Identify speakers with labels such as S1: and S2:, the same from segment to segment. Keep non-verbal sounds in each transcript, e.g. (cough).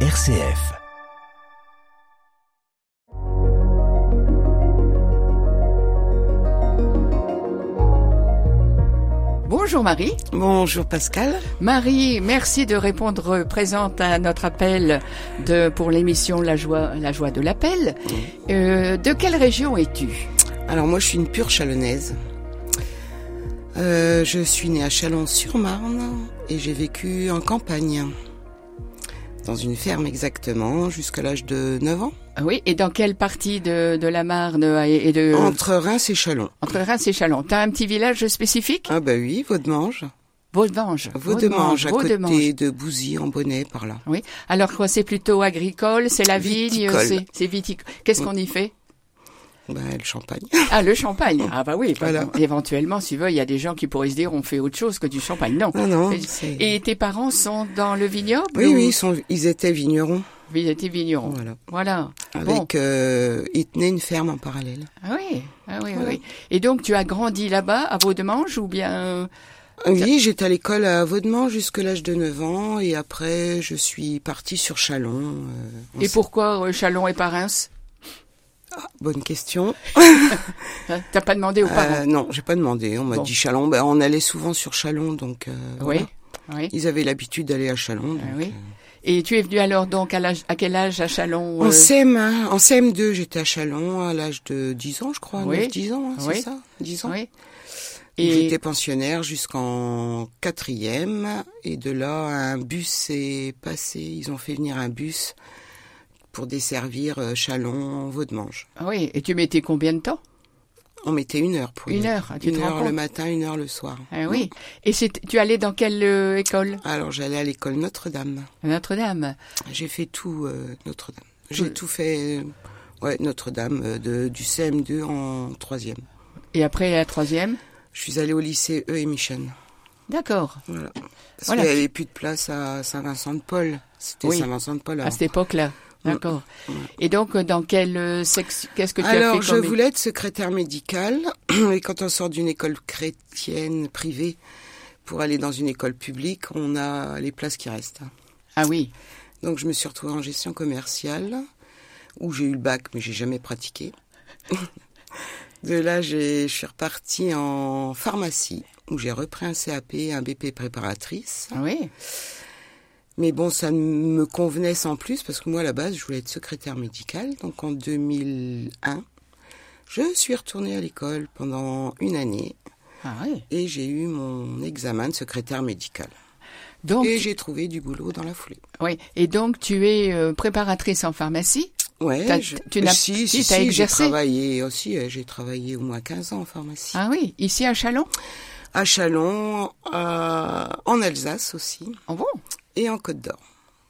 S1: RCF.
S2: Bonjour Marie.
S3: Bonjour Pascal.
S2: Marie, merci de répondre présente à notre appel de, pour l'émission La joie, la joie de l'appel. Euh, de quelle région es-tu
S3: Alors moi je suis une pure chalonnaise. Euh, je suis née à Chalon-sur-Marne et j'ai vécu en campagne, dans une ferme exactement, jusqu'à l'âge de 9 ans,
S2: Ah Oui, et dans quelle partie de, de la Marne et et de
S3: entre Reims et Chalon.
S2: entre Reims et Chalon T'as un petit village spécifique
S3: Ah bah oui, Vaudemange.
S2: Vaudemange.
S3: Vaudemange, à
S2: Vaudemange.
S3: côté de Bouzy, en Bonnet, par là.
S2: Oui. Alors quoi C'est plutôt agricole, c'est la vigne,
S3: Viticole.
S2: c'est c'est viticole. Qu'est-ce qu'on y fait
S3: Bah, le champagne. (laughs)
S2: Ah, le champagne. Ah bah oui. bah,
S3: Voilà.
S2: bon, éventuellement, si tu veux, il y a des gens qui pourraient se dire on fait autre chose que du champagne. Non.
S3: Non, non.
S2: Et-
S3: c'est-
S2: Et tes parents sont dans le vignoble
S3: Oui,
S2: ou-
S3: oui, ils, sont, ils étaient vignerons.
S2: Ils étaient vignerons.
S3: Voilà.
S2: Voilà. Bon.
S3: Avec, euh, ils tenaient une ferme en parallèle.
S2: Ah oui, ah oui, ah
S3: Voilà.
S2: oui. Et donc tu as grandi là-bas, à Vaudemange, ou bien euh,
S3: Oui, j'étais à l'école à Vaudemange jusqu'à l'âge de 9 ans et après je suis partie sur Chalon. euh, en
S2: Et pourquoi euh, Chalon et Parens
S3: Bonne question.
S2: Hein, T'as pas demandé aux
S3: Euh,
S2: parents
S3: non, j'ai pas demandé. On m'a
S2: Bon.
S3: dit Chalon. Ben, on allait souvent sur Chalon, donc euh,
S2: Oui,
S3: voilà.
S2: oui.
S3: ils avaient l'habitude d'aller à Chalon. donc,
S2: Ah oui.
S3: euh,
S2: Et tu es venu alors donc à, l'âge- à quel âge à Chalon
S3: En
S2: euh,
S3: CM, hein, en CM2, j'étais à Chalon à l'âge de 10 ans, je crois,
S2: Oui.
S3: 10 ans, hein, c'est
S2: Oui.
S3: ça, 10 ans.
S2: Oui.
S3: Donc,
S2: Et
S3: J'étais pensionnaire jusqu'en quatrième et de là un bus est passé. Ils ont fait venir un bus pour desservir euh, Chalon, Vaudemange.
S2: ah oui, et tu mettais combien de temps
S3: On mettait une heure pour y
S2: Une
S3: aller.
S2: heure, ah, tu
S3: une
S2: te rends
S3: heure le
S2: compte
S3: matin, une heure le soir.
S2: Ah oui. Et c'est tu allais dans quelle euh, école
S3: Alors j'allais à l'école Notre-Dame.
S2: À Notre-Dame.
S3: J'ai fait tout euh, Notre-Dame. J'ai tout fait euh, ouais, Notre-Dame euh, de- du CM2 en troisième.
S2: Et après à la troisième
S3: Je suis allée au lycée E Émission.
S2: D'accord.
S3: Voilà. Parce
S2: Voilà.
S3: qu'il n'y avait plus de place à Saint-Vincent-de-Paul. C'était
S2: Oui. Ah,
S3: Saint-Vincent-de-Paul.
S2: À
S3: avant.
S2: cette époque-là.
S3: Mm.
S2: D'accord. Et donc euh, dans quelle euh, section Qu'est-ce que tu as
S3: Alors,
S2: fait
S3: je
S2: comme
S3: voulais être secrétaire médicale. (clears throat) Et quand on sort d'une école chrétienne privée pour aller dans une école publique, on a les places qui restent.
S2: Ah oui.
S3: Donc, je me suis retrouvée en gestion commerciale, où j'ai eu le bac, mais j'ai jamais pratiqué. (laughs) De là, j'ai- je suis repartie en pharmacie, où j'ai repris un CAP, un BP préparatrice.
S2: Ah oui.
S3: Mais bon, ça ne me convenait sans plus, parce que moi, à la base, je voulais être secrétaire médicale. Donc, en 2001, je suis retournée à l'école pendant une année
S2: Ah oui.
S3: et j'ai eu mon examen de secrétaire médical.
S2: Donc
S3: Et j'ai trouvé du boulot dans la foulée.
S2: Oui, et donc tu es euh, préparatrice en pharmacie. T'as-
S3: Ouais, je-
S2: tu n'as-
S3: si,
S2: si,
S3: si,
S2: t'as
S3: si, j'ai
S2: exercé
S3: travaillé aussi, euh, j'ai travaillé au moins 15 ans en pharmacie.
S2: Ah oui, ici à Chalon
S3: À Chalon, à- en Alsace aussi,
S2: Oh bon
S3: et en Côte d'Or.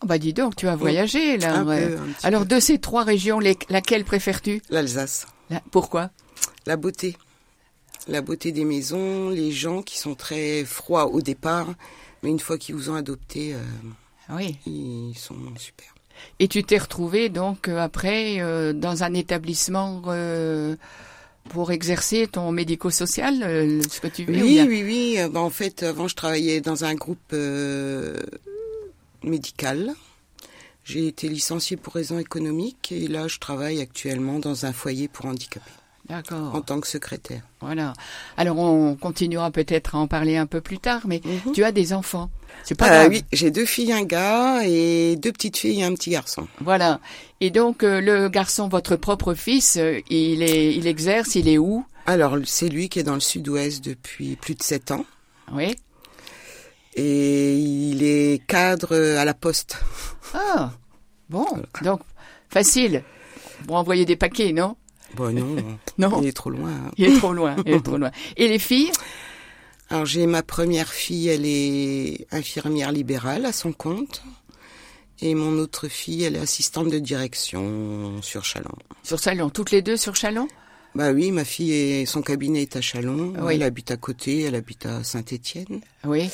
S2: Oh Bah dis donc, tu as voyagé là.
S3: Un
S2: Ah ouais.
S3: peu, un petit
S2: Alors de ces trois régions, les- laquelle préfères-tu
S3: L'Alsace.
S2: Là, Pourquoi
S3: La beauté. La beauté des maisons, les gens qui sont très froids au départ, mais une fois qu'ils vous ont adopté, euh,
S2: Ah Oui.
S3: ils sont super.
S2: Et tu t'es retrouvée donc euh, après euh, dans un établissement euh, pour exercer ton médico-social, euh, ce que tu veux.
S3: Oui,
S2: ou bien-
S3: oui, oui. euh, bah, en fait, avant, je travaillais dans un groupe euh, médical. J'ai été licenciée pour raison économique et là, je travaille actuellement dans un foyer pour handicapés
S2: D'accord.
S3: en tant que secrétaire.
S2: Voilà. Alors on continuera peut-être à en parler un peu plus tard, mais
S3: Mhm.
S2: tu as des enfants. C'est pas
S3: Ah
S2: grave.
S3: oui, j'ai deux filles, un gars et deux petites filles et un petit garçon.
S2: Voilà. Et donc euh, le garçon, votre propre fils, euh, il est, il exerce, il est où
S3: Alors, c'est lui qui est dans le sud-ouest depuis plus de sept ans.
S2: Oui.
S3: et il est cadre euh, à la poste.
S2: Ah. Bon.
S3: Euh.
S2: Donc facile. Pour envoyer des paquets, non
S3: Bon non,
S2: Non.
S3: (laughs) il est trop loin. hein.
S2: Il est trop loin. Il est trop loin. Et les filles
S3: Alors j'ai ma première fille, elle est infirmière libérale à son compte. Et mon autre fille, elle est assistante de direction sur Chalon.
S2: sur Chalon, toutes les deux sur Chalon
S3: Bah oui, ma fille, est, son cabinet est à Chalon.
S2: Oui.
S3: Elle habite à côté, elle habite à Saint-Étienne.
S2: Oui.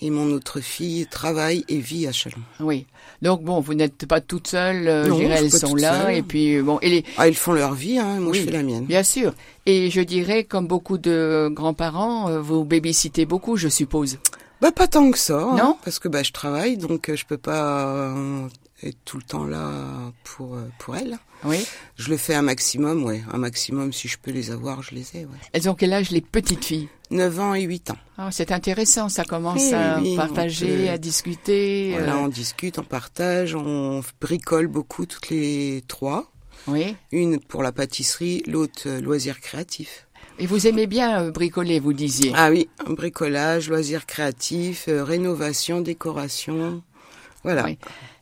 S3: Et mon autre fille travaille et vit à Chalon.
S2: Oui. Donc bon, vous n'êtes pas toutes seules. euh,
S3: Non,
S2: je dirais,
S3: je suis
S2: elles
S3: pas
S2: sont
S3: toute
S2: là.
S3: seule.
S2: Et puis euh, bon, et les,
S3: Ah, ils font leur vie, hein. moi
S2: Oui.
S3: je fais la mienne.
S2: bien sûr. Et je dirais, comme beaucoup de grands-parents, euh, vous babysitez beaucoup, je suppose.
S3: Bah pas tant que ça, hein,
S2: Non
S3: parce que bah je travaille donc euh, je peux pas euh, être tout le temps là pour, euh, pour elles.
S2: Oui.
S3: Je le fais un maximum, ouais. Un maximum, si je peux les avoir, je les ai, ouais.
S2: Elles ont quel âge les petites filles
S3: 9 ans et 8 ans.
S2: Ah, C'est intéressant, ça commence
S3: Oui,
S2: à
S3: oui, on
S2: partager,
S3: peut-
S2: à discuter.
S3: Voilà,
S2: euh,
S3: on discute, on partage, on bricole beaucoup toutes les trois.
S2: Oui.
S3: Une pour la pâtisserie, l'autre euh, loisirs créatifs.
S2: Et vous aimez bien euh, bricoler, vous disiez.
S3: Ah oui, bricolage, loisirs créatifs, euh, rénovation, décoration. Voilà.
S2: Oui.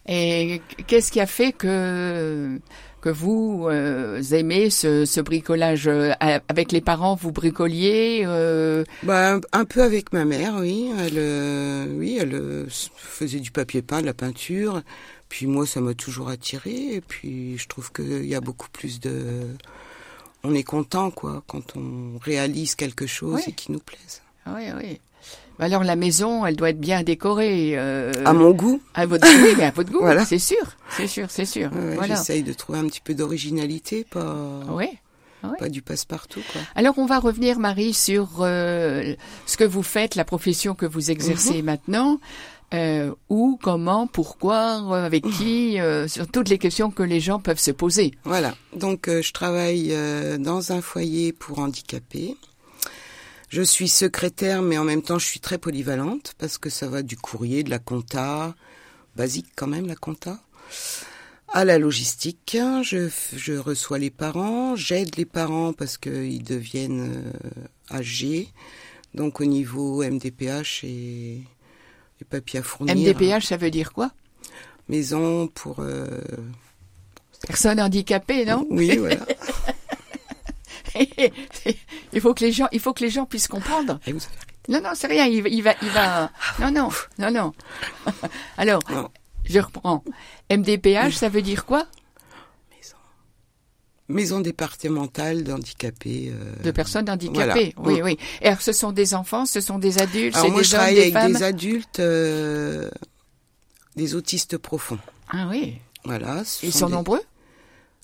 S2: Et qu'est-ce qui a fait que que vous euh, aimez ce, ce bricolage euh, a- avec les parents Vous bricoliez euh,
S3: Bah, un- un peu avec ma mère, oui. Elle, euh, oui, elle euh, s- faisait du papier peint, de la peinture. Puis moi, ça m'a toujours attirée. Et puis, je trouve qu'il y a beaucoup plus de. On est content, quoi, quand on réalise quelque chose
S2: Oui.
S3: et qui nous plaise.
S2: Ah Oui, oui. Bah Alors la maison, elle doit être bien décorée. euh,
S3: À mon goût,
S2: à votre goût, oui, à votre goût,
S3: Voilà.
S2: c'est sûr, c'est sûr, c'est sûr.
S3: ouais,
S2: voilà.
S3: hein. j'essaye de trouver un petit peu d'originalité, pas,
S2: Oui.
S3: pas du passe-partout, quoi.
S2: Alors on va revenir Marie sur euh, ce que vous faites, la profession que vous
S3: Mhm.
S2: exercez maintenant, euh, où, comment, pourquoi, euh, avec qui, euh, sur toutes les questions que les gens peuvent se poser.
S3: Voilà. Donc, euh, je travaille euh, dans un foyer pour handicapés. Je suis secrétaire, mais en même temps, je suis très polyvalente parce que ça va du courrier, de la compta, basique quand même, la compta, à la logistique. Je, f- je reçois les parents, j'aide les parents parce qu'ils deviennent euh, âgés. Donc, au niveau MDPH et, et papier à fournir.
S2: MDPH, ça veut dire quoi
S3: Maison pour... euh,
S2: Personne handicapée, non
S3: Oui, voilà.
S2: (laughs) Il faut que les gens, il faut que les gens puissent comprendre.
S3: Et vous-
S2: Non, non, c'est rien. Il, va- il va, il va. Non, non, non, non. (laughs) Alors,
S3: Ah, Non.
S2: je reprends. MDPH, ça veut dire quoi
S3: Maison. Maison départementale d'handicapés. euh.
S2: De personnes handicapées.
S3: voilà.
S2: Oui,
S3: Oh.
S2: oui. Et alors, ce sont des enfants, ce sont des adultes,
S3: Alors
S2: c'est
S3: moi,
S2: des
S3: je
S2: hommes,
S3: travaille
S2: des
S3: avec
S2: femmes.
S3: des adultes, euh, des autistes profonds.
S2: Ah oui.
S3: Voilà. ce
S2: Ils sont
S3: des-
S2: nombreux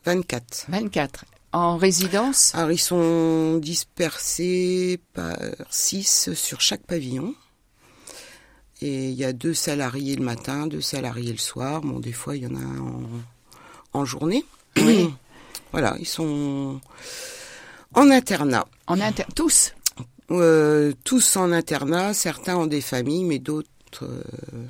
S3: 24.
S2: 24. En résidence
S3: Alors, ils sont dispersés par 6 sur chaque pavillon. Et il y a deux salariés le matin, deux salariés le soir. Bon, des fois, il y en a en, en journée.
S2: Oui.
S3: voilà, ils sont en internat.
S2: En inter... Tous
S3: Euh, tous en internat, certains ont des familles, mais d'autres euh,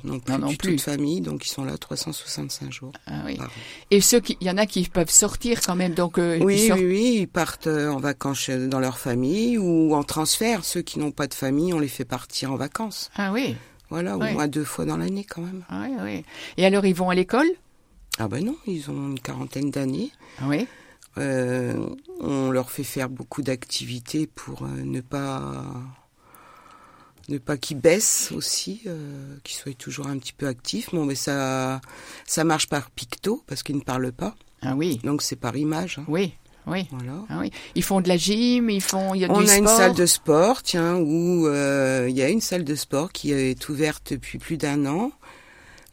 S3: n'ont plus
S2: Non, non
S3: du tout
S2: plus.
S3: de famille, donc ils sont là 365 jours.
S2: ah, oui.
S3: par an.
S2: Et ceux qui, il y en a qui peuvent sortir quand même, donc euh, ils
S3: Oui,
S2: sortent-
S3: oui, oui, ils partent euh, en vacances chez- dans leur famille ou en transfert. Ceux qui n'ont pas de famille, on les fait partir en vacances.
S2: Ah oui,
S3: Voilà,
S2: Ouais.
S3: au moins deux fois dans l'année quand même.
S2: ah oui, oui. Et alors ils vont à l'école
S3: Ah ben non, ils ont une quarantaine d'années.
S2: Ah Oui.
S3: Euh, on leur fait faire beaucoup d'activités pour euh, ne pas ne pas qu'ils baissent aussi, euh, qu'ils soient toujours un petit peu actifs. Bon, mais ça ça marche par picto parce qu'ils ne parlent pas,
S2: Ah oui,
S3: donc c'est par image. hein.
S2: oui, oui.
S3: Voilà.
S2: Ah oui. Ils font de la gym, ils font, il y a
S3: On
S2: du
S3: a une
S2: sport.
S3: salle de sport, tiens, où euh, il y a une salle de sport qui est ouverte depuis plus d'un an,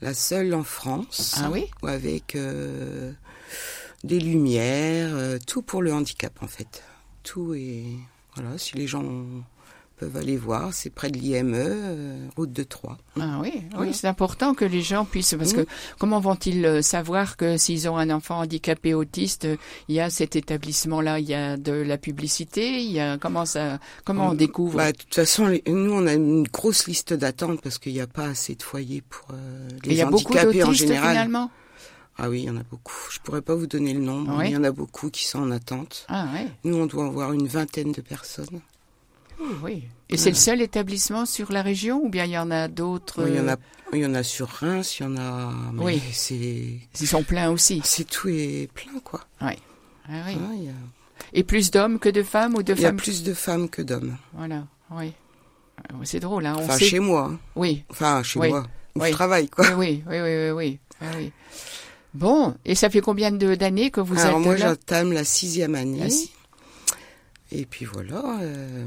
S3: la seule en France,
S2: Ah oui
S3: où avec euh, des lumières, euh, tout pour le handicap en fait. Tout est voilà, si les gens peuvent aller voir, c'est près de l'IME, euh, route de Troyes.
S2: Ah oui, oui,
S3: Voilà.
S2: c'est important que les gens puissent, parce que comment vont-ils euh, savoir que s'ils ont un enfant handicapé autiste, euh, il y a cet établissement-là, il y a de la publicité, il y a comment ça, comment on
S3: Mm.
S2: découvre
S3: Bah, de toute façon, les- nous on a une grosse liste d'attente parce qu'il n'y a pas assez de foyers pour euh,
S2: Et Il
S3: les
S2: y a beaucoup
S3: handicapés en
S2: d'autistes
S3: général.
S2: finalement.
S3: Ah oui, il y en a beaucoup. Je pourrais pas vous donner le nombre,
S2: Ouais.
S3: mais il y en a beaucoup qui sont en attente.
S2: Ah oui,
S3: Nous, on doit avoir une vingtaine de personnes.
S2: oui, oui. Et c'est le seul établissement sur la région ou bien il y en a d'autres
S3: Mm. Oui, Il y en
S2: euh,
S3: a, il y en a sur Reims, il y en a. mais
S2: Oui.
S3: C'est,
S2: Ils sont pleins aussi.
S3: c'est tout et plein quoi.
S2: Ouais. Ah oui.
S3: Hein, il y a,
S2: Et plus d'hommes que de femmes ou de
S3: il y a
S2: femmes
S3: plus de femmes que d'hommes.
S2: Voilà, oui. Euh, C'est drôle, hein. On
S3: Enfin,
S2: sait.
S3: chez moi. hein.
S2: Oui.
S3: Enfin, chez
S2: Oui.
S3: moi. Où
S2: Oui.
S3: je travaille quoi.
S2: oui, oui, oui, oui, oui, oui. Ah oui. Bon, et ça fait combien de- d'années que vous
S3: Alors
S2: êtes
S3: moi,
S2: là
S3: j'entame la sixième année.
S2: La si-
S3: Et puis voilà, euh,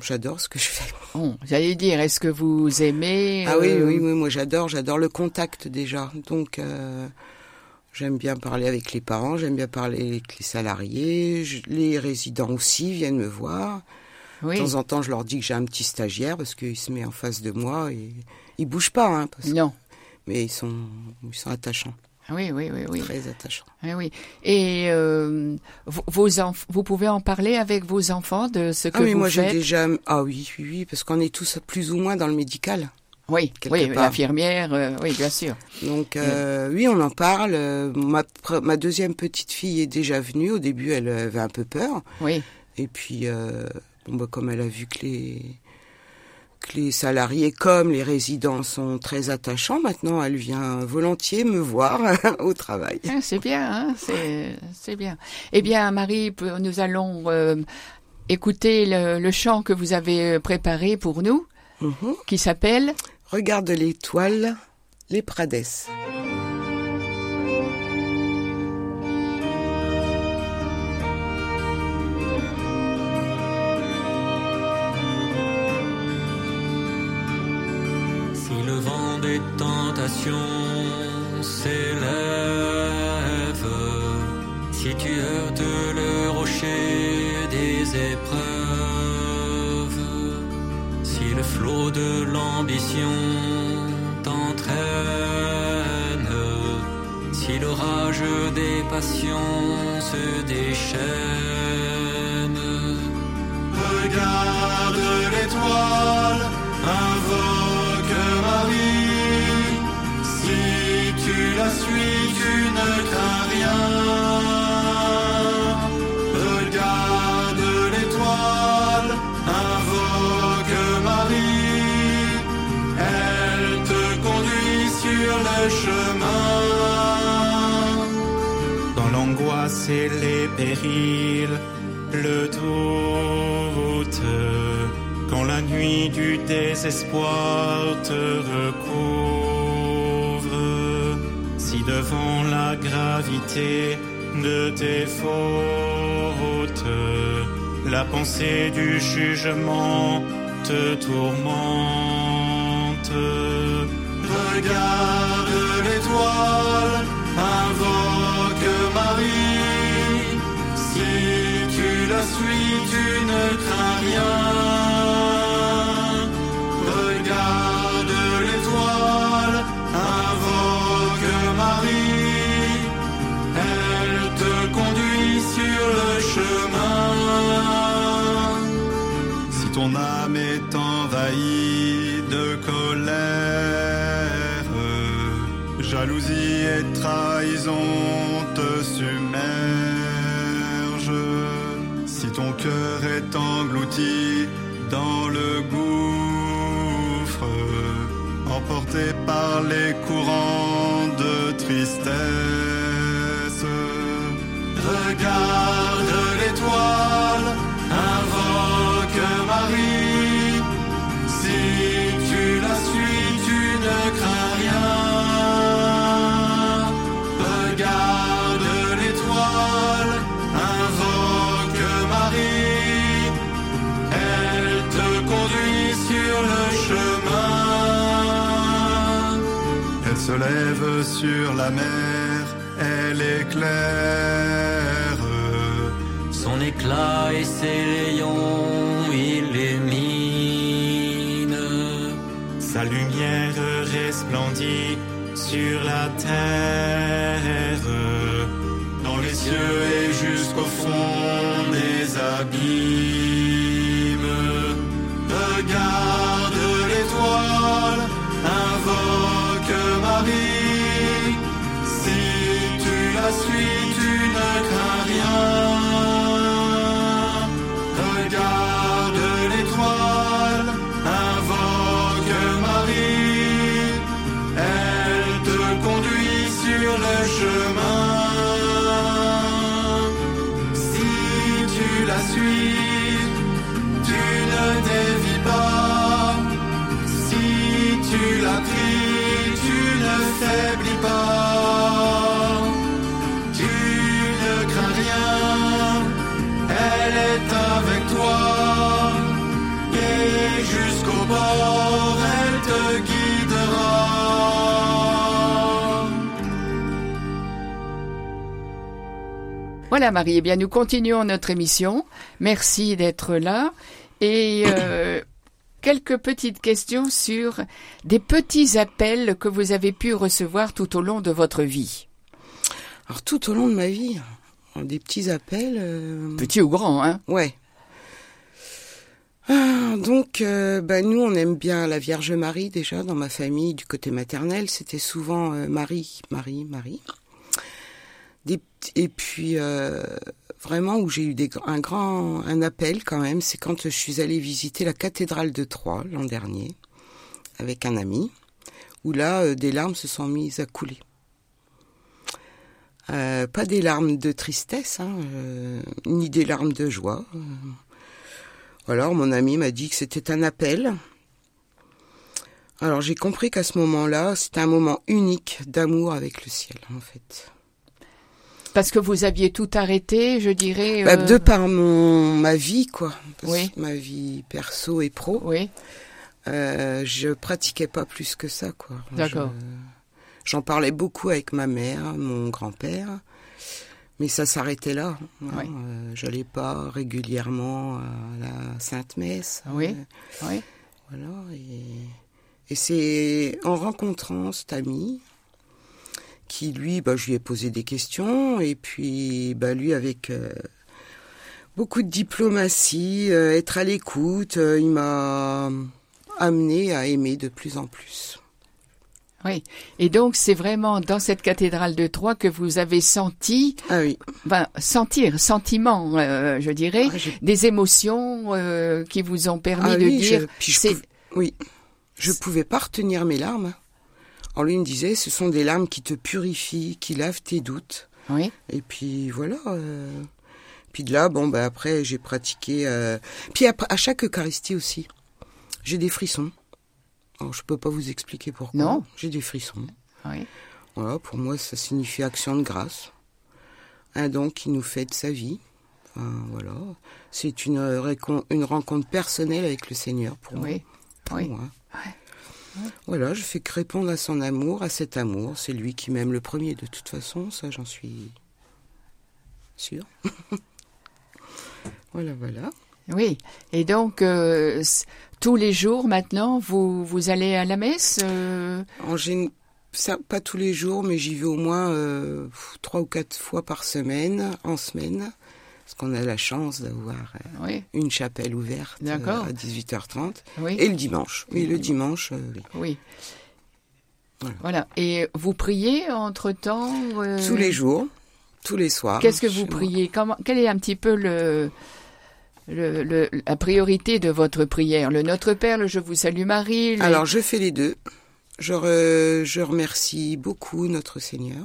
S3: j'adore ce que je fais.
S2: Bon, j'allais dire, est-ce que vous aimez
S3: Ah oui,
S2: euh,
S3: oui, oui, moi j'adore, j'adore le contact déjà. Donc euh, j'aime bien parler avec les parents, j'aime bien parler avec les salariés, je- les résidents aussi viennent me voir.
S2: euh, oui.
S3: De temps en temps, je leur dis que j'ai un petit stagiaire parce qu'il se met en face de moi et il bouge pas, hein, parce-
S2: Non. Ah
S3: mais ils sont, ils sont attachants.
S2: Oui, oui, oui, oui.
S3: Très attachant.
S2: Oui, oui. Et euh, vos- vos enf- vous pouvez en parler avec vos enfants de ce que
S3: Ah oui,
S2: vous
S3: moi j'ai
S2: faites.
S3: déjà. Ah oui, oui, oui, parce qu'on est tous plus ou moins dans le médical.
S2: Oui,
S3: quelque
S2: oui,
S3: part.
S2: l'infirmière, euh, oui, bien sûr.
S3: Donc euh, oui, on en parle. Euh, Ma, pre- ma deuxième petite fille est déjà venue. Au début, elle avait un peu peur.
S2: Oui,
S3: Et puis, euh, bon, bah, comme elle a vu que les, que les salariés comme les résidents sont très attachants, maintenant elle vient volontiers me voir (laughs) au travail.
S2: Ah, c'est bien, hein, c'est c'est bien. Eh bien, Marie, p- nous allons euh, écouter le, le chant que vous avez euh, préparé pour nous,
S3: Mhm.
S2: qui s'appelle
S3: Regarde l'étoile, les Prades.
S1: Si le vent des tentations s'élève, si tu heurtes le rocher des épreuves, si le flot de l'ambition t'entraîne, si l'orage des passions se déchaîne, Regarde l'étoile, invoque Marie. Si tu la suis, tu ne crains rien. Regarde l'étoile, invoque Marie. Elle te conduit sur le chemin. Dans l'angoisse et les périls, le doute, quand la nuit du désespoir te recouvre, si devant la gravité de tes fautes, la pensée du jugement te tourmente. Regarde l'étoile, invoque Marie. Si tu la suis, tu ne crains rien. Regarde l'étoile, invoque Marie. Elle te conduit sur le chemin. Si ton âme est envahie de colère, jalousie et trahison te submergent. Si ton cœur est englouti dans le gouffre, emporté par les courants de tristesse, regarde l'étoile. Invoque Marie, si tu la suis, tu ne crains rien. Regarde l'étoile, invoque Marie, elle te conduit sur le chemin. Elle se lève sur la mer, elle éclaire. Son éclat et ses rayons illuminent. Sa lumière resplendit sur la terre, dans les cieux et jusqu'au fond des abîmes. Regarde l'étoile, invoque Marie. Si tu la suis, tu ne crains rien. Regarde l'étoile, invoque Marie. Elle te conduit sur le chemin. Si tu la suis, tu ne dévis pas. Si tu la pris, tu ne faiblis pas. Tu ne crains rien, elle est avec toi. Et jusqu'au bord, elle te guidera.
S2: Voilà Marie, eh bien nous continuons notre émission. Merci d'être là. Et euh, (coughs) quelques petites questions sur des petits appels que vous avez pu recevoir tout au long de votre vie.
S3: Alors tout au long de ma vie, hein, des petits appels. euh,
S2: Petit ou grand, hein
S3: Ouais. Ah, donc, euh, bah, nous, on aime bien la Vierge Marie déjà dans ma famille du côté maternel. C'était souvent euh, Marie, Marie, Marie. Des p'ti- et puis, euh, vraiment, où j'ai eu des, gr- un grand un appel quand même, c'est quand je suis allée visiter la cathédrale de Troyes l'an dernier avec un ami, où là, euh, des larmes se sont mises à couler. Euh, pas des larmes de tristesse, hein, euh, ni des larmes de joie. Euh, Alors mon ami m'a dit que c'était un appel. Alors j'ai compris qu'à ce moment-là, c'était un moment unique d'amour avec le ciel, en fait.
S2: Parce que vous aviez tout arrêté, je dirais.
S3: Bah,
S2: euh,
S3: de par mon ma vie, quoi, parce
S2: Oui.
S3: que ma vie perso et pro,
S2: Oui,
S3: euh, je pratiquais pas plus que ça, quoi.
S2: D'accord.
S3: Je- J'en parlais beaucoup avec ma mère, mon grand-père, mais ça s'arrêtait là. hein.
S2: Ouais.
S3: Euh, J'allais pas régulièrement à la Sainte Messe.
S2: Oui. oui.
S3: Voilà, et, et c'est en rencontrant cet ami qui, lui, bah, je lui ai posé des questions, et puis bah, lui, avec euh, beaucoup de diplomatie, euh, être à l'écoute, euh, il m'a amené à aimer de plus en plus.
S2: Oui. Et donc, c'est vraiment dans cette cathédrale de Troyes que vous avez senti,
S3: Ah oui,
S2: ben, sentir, sentiment, euh, je dirais,
S3: Ah, j'ai-
S2: des émotions euh, qui vous ont permis
S3: ah
S2: de
S3: oui,
S2: dire.
S3: je, puis je
S2: c'est-
S3: pouvais- oui, je pouvais pas retenir mes larmes. Alors lui il me disait, ce sont des larmes qui te purifient, qui lavent tes doutes.
S2: Oui,
S3: Et puis voilà. euh. Puis de là, bon, bah, après, j'ai pratiqué. euh, Puis après, à chaque Eucharistie aussi, j'ai des frissons. Alors, je peux pas vous expliquer pourquoi.
S2: Non.
S3: J'ai des frissons.
S2: oui.
S3: Voilà, pour moi, ça signifie action de grâce. Un don qui nous fait de sa vie. Enfin, voilà. C'est une, euh, récon- une rencontre personnelle avec le Seigneur pour moi.
S2: Oui.
S3: Pour
S2: Oui.
S3: moi. hein. Voilà, je fais que répondre à son amour, à cet amour. C'est lui qui m'aime le premier, de toute façon, ça j'en suis sûre. (laughs) voilà, voilà.
S2: Oui. Et donc, euh, c- tous les jours maintenant, vous, vous allez à la messe euh,
S3: En gén- ça, pas tous les jours, mais j'y vais au moins euh, pff, trois ou quatre fois par semaine, en semaine, parce qu'on a la chance d'avoir euh,
S2: Oui,
S3: une chapelle ouverte euh,
S2: D'accord.
S3: à 18h30
S2: oui.
S3: et le dimanche. Oui, le dimanche, euh, oui.
S2: Oui.
S3: Voilà.
S2: Voilà. Et vous priez entre-temps euh,
S3: tous les jours, tous les soirs.
S2: Qu'est-ce que
S3: chez
S2: vous
S3: moi.
S2: priez Comment, Quelle est un petit peu le, le- le- la priorité de votre prière Le Notre Père, le Je vous salue Marie le-
S3: Alors, je fais les deux. Je, re- je remercie beaucoup notre Seigneur.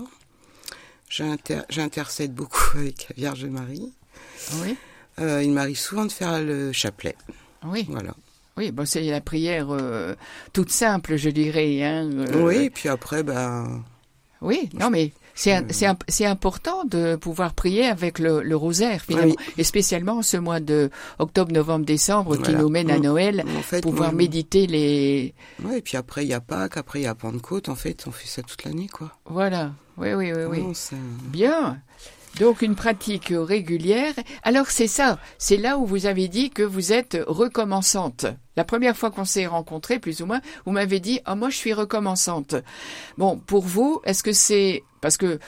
S3: J'inter- J'intercède beaucoup (laughs) avec la Vierge Marie.
S2: Oui,
S3: Euh, il m'arrive souvent de faire le chapelet.
S2: oui,
S3: Voilà.
S2: oui. Bon, c'est la prière euh, toute simple, je dirais. hein, euh,
S3: Oui, et puis après, ben,
S2: Oui, non, mais c'est un- c'est un- c'est important de pouvoir prier avec le, le rosaire, finalement. Et spécialement ce mois de octobre, novembre, décembre qui
S3: Voilà.
S2: nous mène à
S3: Mm.
S2: Noël,
S3: en fait.
S2: pouvoir
S3: moi,
S2: méditer les.
S3: ouais, et puis après, il y a Pâques, après, il y a Pentecôte. En fait, on fait ça toute l'année, quoi.
S2: Voilà. Oui, oui, Euh, oui, oui.
S3: Vraiment, c'est-
S2: Bien. Donc une pratique régulière. Alors c'est ça, c'est là où vous avez dit que vous êtes recommençante. La première fois qu'on s'est rencontrés, plus ou moins, vous m'avez dit "Ah moi je suis recommençante." Bon, pour vous, est-ce que c'est parce que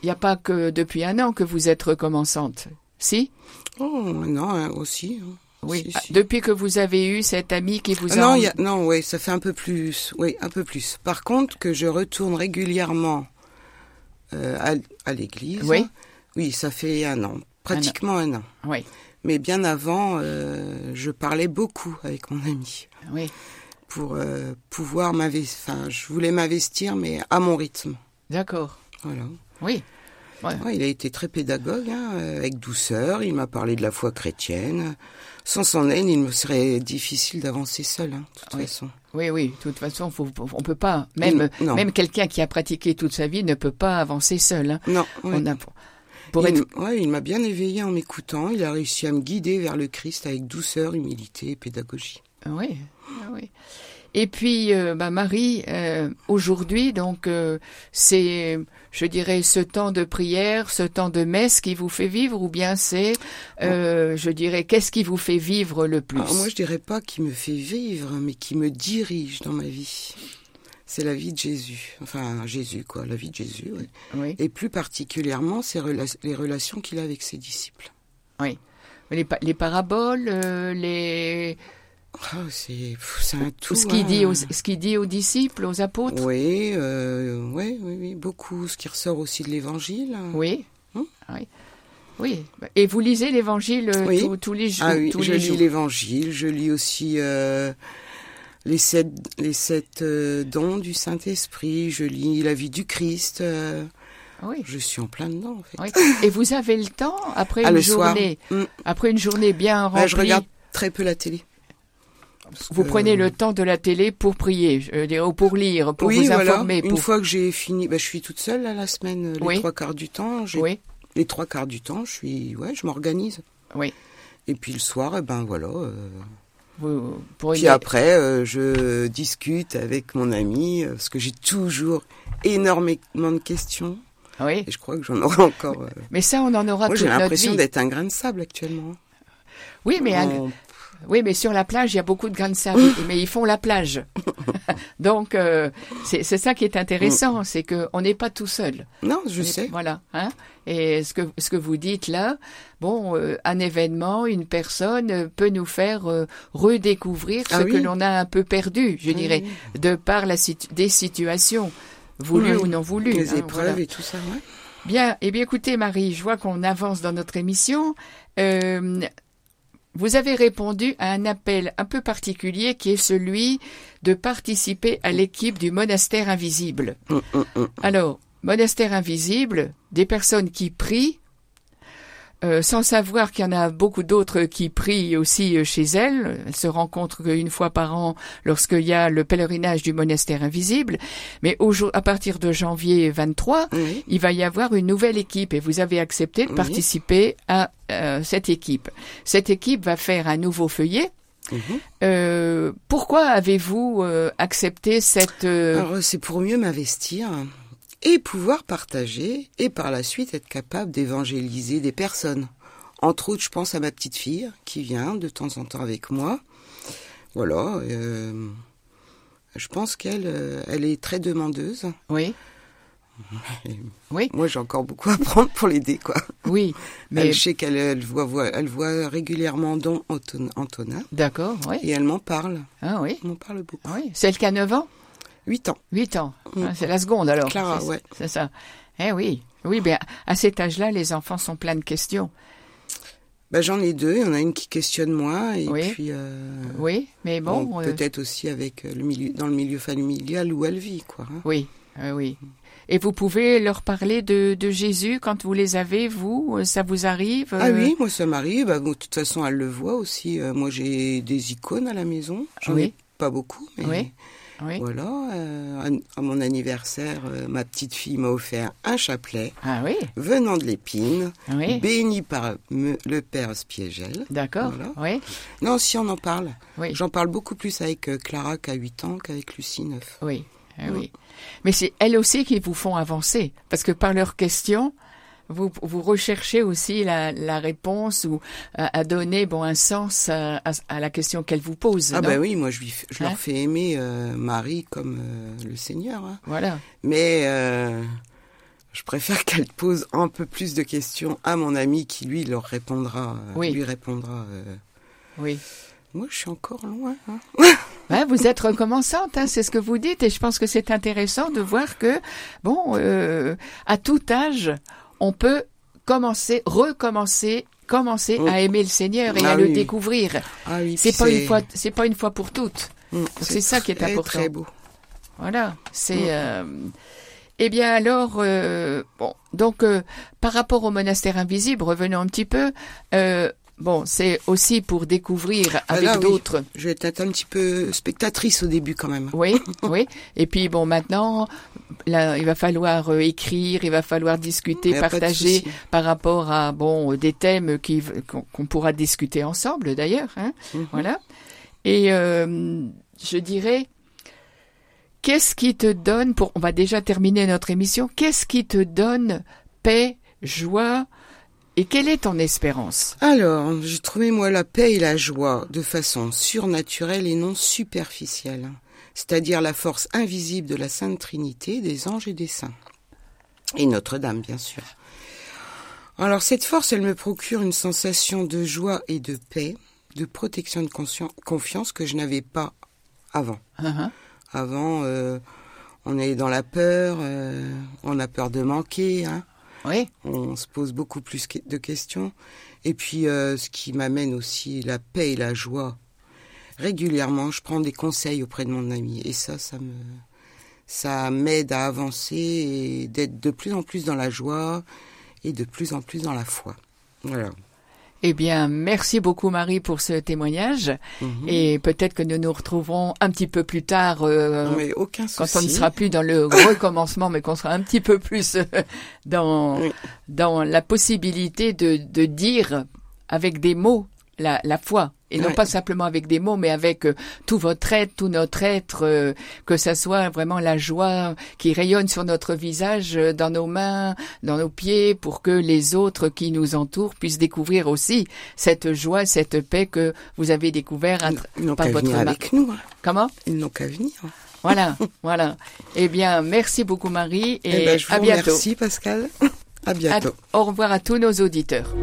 S2: il n'y a pas que depuis un an que vous êtes recommençante Si
S3: Oh, non, hein, aussi. hein.
S2: Oui.
S3: Si,
S2: Ah,
S3: si.
S2: Depuis que vous avez eu cette amie qui vous
S3: Ah
S2: a
S3: non,
S2: en-
S3: il y a- non, ouais, ça fait un peu plus, oui, un peu plus. Par contre, que je retourne régulièrement euh, à, à l'église.
S2: Oui.
S3: Oui, ça fait un an, pratiquement un an.
S2: Oui,
S3: Mais bien avant, euh, je parlais beaucoup avec mon ami
S2: oui.
S3: pour euh, pouvoir m'investir. Enfin, je voulais m'investir, mais à mon rythme.
S2: D'accord.
S3: Voilà.
S2: Oui.
S3: Ouais, il a été très pédagogue, hein, euh, avec douceur. Il m'a parlé de la foi chrétienne. Sans son aide, il me serait difficile d'avancer seul, hein, de toute
S2: Oui.
S3: façon.
S2: Oui, oui. De toute façon, faut- on peut pas. Même,
S3: Non.
S2: même quelqu'un qui a pratiqué toute sa vie ne peut pas avancer seul. hein.
S3: Non. oui.
S2: On a- pour- pour
S3: il,
S2: être
S3: ouais, il m'a bien éveillé en m'écoutant. Il a réussi à me guider vers le Christ avec douceur, humilité et pédagogie.
S2: oui, ah oui. Et puis euh, bah, Marie, euh, aujourd'hui donc euh, c'est, je dirais, ce temps de prière, ce temps de messe qui vous fait vivre, ou bien c'est, euh, je dirais, qu'est-ce qui vous fait vivre le plus
S3: Ah, Alors, moi, je dirais pas qu'il me fait vivre, mais qu'il me dirige dans ma vie. c'est la vie de Jésus. Enfin, Jésus, quoi, la vie de Jésus, ouais.
S2: Oui.
S3: Et plus particulièrement, ses rela- les relations qu'il a avec ses disciples.
S2: oui. Les, pa- les paraboles, euh, les...
S3: Ah, c'est pff, c'est un tout.
S2: ce qu'il
S3: hein.
S2: dit, aux, ce qu'il dit aux disciples, aux apôtres.
S3: Oui, euh, ouais, oui, oui, beaucoup. Ce qui ressort aussi de l'évangile.
S2: Oui.
S3: Hum.
S2: Oui. Oui. Et vous lisez l'évangile euh,
S3: Oui.
S2: tous, tous les jours.
S3: Ah oui,
S2: tous
S3: je
S2: les
S3: lis
S2: jours.
S3: l'évangile, je lis aussi euh, les sept, les sept euh, dons du Saint-Esprit, je lis la vie du Christ. euh,
S2: Oui.
S3: je suis en plein dedans, en fait.
S2: oui. Et vous avez le temps après
S3: Ah,
S2: une
S3: le soir,
S2: journée,
S3: Mm.
S2: après une journée bien
S3: Bah,
S2: remplie.
S3: je regarde Euh, très peu la télé. Parce
S2: Vous
S3: que-
S2: prenez le temps de la télé pour prier, je veux dire, ou pour lire, pour
S3: oui,
S2: vous
S3: voilà.
S2: informer.
S3: Une
S2: pour...
S3: fois que j'ai fini, bah, je suis toute seule là, la semaine, euh, les
S2: Oui.
S3: trois quarts du temps. j'ai-
S2: Oui,
S3: Les trois quarts du temps, je suis, ouais, je m'organise.
S2: oui.
S3: Et puis le soir, eh ben voilà. euh,
S2: Vous, pour
S3: Puis
S2: une-
S3: après, euh, je discute avec mon ami euh, parce que j'ai toujours énormément de questions
S2: Oui.
S3: et je crois que j'en aurai encore. euh.
S2: Mais ça, on en aura
S3: Moi,
S2: toute
S3: j'ai
S2: notre
S3: l'impression
S2: vie.
S3: d'être un grain de sable actuellement.
S2: Oui, mais un-
S3: On-
S2: oui, mais sur la plage, il y a beaucoup de grains de sable,
S3: (laughs)
S2: mais ils font la plage. Donc, euh, c'est c'est ça qui est
S3: Mm.
S2: intéressant, c'est que on n'est pas tout seul.
S3: Non, je
S2: Mais
S3: sais.
S2: Voilà. Hein Et ce que ce que vous dites là, bon, euh, un événement, une personne euh, peut nous faire euh, redécouvrir ce
S3: Ah
S2: que
S3: oui. Ah
S2: l'on a un peu perdu, je dirais, de par la situ- des situations voulues
S3: Oui.
S2: ou non voulues.
S3: Les
S2: hein,
S3: épreuves
S2: voilà.
S3: et tout ça, ouais.
S2: Bien. Eh bien, écoutez, Marie, je vois qu'on avance dans notre émission. Euh, vous avez répondu à un appel un peu particulier qui est celui de participer à l'équipe du monastère invisible.
S3: Hum, hum, hum.
S2: Alors, monastère invisible, des personnes qui prient, euh, sans savoir qu'il y en a beaucoup d'autres qui prient aussi euh, chez elles. Elles se rencontrent qu'une fois par an lorsqu'il y a le pèlerinage du monastère invisible. Mais au jour- à partir de janvier 23,
S3: Oui.
S2: il va y avoir une nouvelle équipe et vous avez accepté de
S3: Oui.
S2: participer à euh, cette équipe. Cette équipe va faire un nouveau feuillet.
S3: Mhm.
S2: Euh, pourquoi avez-vous euh, accepté cette... euh,
S3: Alors, c'est pour mieux m'investir et pouvoir partager et par la suite être capable d'évangéliser des personnes. Entre autres, je pense à ma petite fille qui vient de temps en temps avec moi. Voilà. euh, je pense qu'elle euh, elle est très demandeuse.
S2: Oui,
S3: Moi, j'ai encore beaucoup à apprendre pour l'aider, quoi.
S2: oui.
S3: Elle, je sais qu'elle elle voit, voit- elle voit régulièrement Don Anton- Antonin
S2: D'accord, oui.
S3: et elle m'en parle.
S2: Ah, oui.
S3: Elle m'en parle beaucoup.
S2: oui. Celle qui a 9 ans
S3: 8 ans.
S2: 8 ans.
S3: Mm.
S2: Hein, c'est la seconde alors.
S3: Clara,
S2: c'est,
S3: ouais.
S2: C'est ça. Eh oui. Oui, bien, à cet âge-là, les enfants sont pleins de questions.
S3: Bah, j'en ai deux. Il y en a une qui questionne moi et
S2: Oui.
S3: puis. euh,
S2: Oui, mais bon.
S3: Bon,
S2: euh,
S3: peut-être aussi avec euh, le milieu, dans le milieu familial où elle vit, quoi. hein.
S2: Oui, euh, oui. Et vous pouvez leur parler de, de Jésus quand vous les avez, vous euh, Ça vous arrive
S3: Ah
S2: euh,
S3: oui, moi ça m'arrive. Bah, bon, de toute façon, elle le voit aussi. Euh, moi, j'ai des icônes à la maison. J'en
S2: Oui.
S3: ai pas beaucoup, mais
S2: Oui. Oui.
S3: voilà. euh, à, à mon anniversaire, euh, ma petite fille m'a offert un chapelet
S2: Ah oui,
S3: venant de l'épine,
S2: oui.
S3: béni par me- le père Spiegel.
S2: D'accord,
S3: Voilà.
S2: oui.
S3: Non, si on en parle.
S2: Oui.
S3: J'en parle beaucoup plus avec euh, Clara qui a 8 ans qu'avec Lucie 9.
S2: Oui, ah
S3: Mm.
S2: oui. Mais c'est elles aussi qui vous font avancer, parce que par leurs questions, vous, vous recherchez aussi la, la réponse ou euh, à, à donner bon un sens à, à- à la question qu'elles vous posent.
S3: Ah
S2: non
S3: bah oui, moi je, lui f- je
S2: Hein
S3: leur fais aimer euh, Marie comme euh, le Seigneur. hein.
S2: Voilà.
S3: Mais euh, je préfère (laughs) qu'elle pose un peu plus de questions à mon ami qui lui leur répondra. euh,
S2: Oui.
S3: Lui répondra. euh,
S2: Oui.
S3: Moi, je suis encore loin. hein.
S2: Ouais, vous êtes recommençante, hein, c'est ce que vous dites, et je pense que c'est intéressant de voir que, bon, euh, à tout âge, on peut commencer, recommencer, commencer
S3: Mm.
S2: à aimer le Seigneur et
S3: Ah
S2: à le
S3: oui.
S2: découvrir.
S3: Ah oui,
S2: C'est
S3: puis
S2: pas une fois, c'est pas une fois pour toutes.
S3: Mm,
S2: c'est ça qui est
S3: très,
S2: important.
S3: Très beau.
S2: Voilà,
S3: Mm.
S2: c'est. euh, eh bien alors, euh, bon, donc euh, par rapport au monastère invisible, revenons un petit peu. euh, bon, c'est aussi pour découvrir
S3: Ah
S2: avec
S3: là, oui.
S2: d'autres.
S3: Je vais être un petit peu spectatrice au début quand même. (laughs)
S2: Oui, oui. Et puis bon, maintenant, là, il va falloir euh, écrire, il va falloir discuter,
S3: Y a pas de
S2: partager
S3: souci.
S2: par rapport à bon euh, des thèmes qui v- qu'on qu'on pourra discuter ensemble d'ailleurs. Hein,
S3: Mhm.
S2: Voilà. Et euh, je dirais, qu'est-ce qui te donne pour on va déjà terminer notre émission. Qu'est-ce qui te donne paix, joie et quelle est ton espérance
S3: Alors, j'ai trouvé moi la paix et la joie de façon surnaturelle et non superficielle. c'est-à-dire la force invisible de la Sainte Trinité, des anges et des saints. Et Notre-Dame, bien sûr. Alors cette force, elle me procure une sensation de joie et de paix, de protection et de conscien- confiance que je n'avais pas avant.
S2: Hein,
S3: Avant, euh, on est dans la peur, euh, on a peur de manquer,
S2: hein.
S3: hein,
S2: Oui,
S3: on se pose beaucoup plus que- de questions. Et puis, euh, ce qui m'amène aussi la paix et la joie. Régulièrement, je prends des conseils auprès de mon ami. Et ça, ça me, ça m'aide à avancer et d'être de plus en plus dans la joie et de plus en plus dans la foi. Voilà.
S2: Eh bien, merci beaucoup Marie pour ce témoignage.
S3: Mhm.
S2: Et peut-être que nous nous retrouverons un petit peu plus tard, euh,
S3: Mais aucun
S2: quand
S3: souci.
S2: on ne sera plus dans le recommencement, mais qu'on sera un petit peu plus euh, dans,
S3: Oui.
S2: dans la possibilité de, de dire avec des mots la, la foi. Et non
S3: Ouais.
S2: pas simplement avec des mots, mais avec euh, tout votre être, tout notre être, euh, que ça soit vraiment la joie qui rayonne sur notre visage, euh, dans nos mains, dans nos pieds, pour que les autres qui nous entourent puissent découvrir aussi cette joie, cette paix que vous avez découvert. à tra-
S3: Ils n'ont
S2: par
S3: qu'à
S2: votre
S3: venir
S2: marque.
S3: avec nous. hein.
S2: Comment
S3: Ils n'ont qu'à venir.
S2: voilà, (laughs) voilà. Eh bien, merci beaucoup Marie et
S3: Eh ben, je vous
S2: à bientôt.
S3: remercie, Pascal. (laughs) À
S2: À-
S3: bientôt.
S2: au revoir à tous nos auditeurs.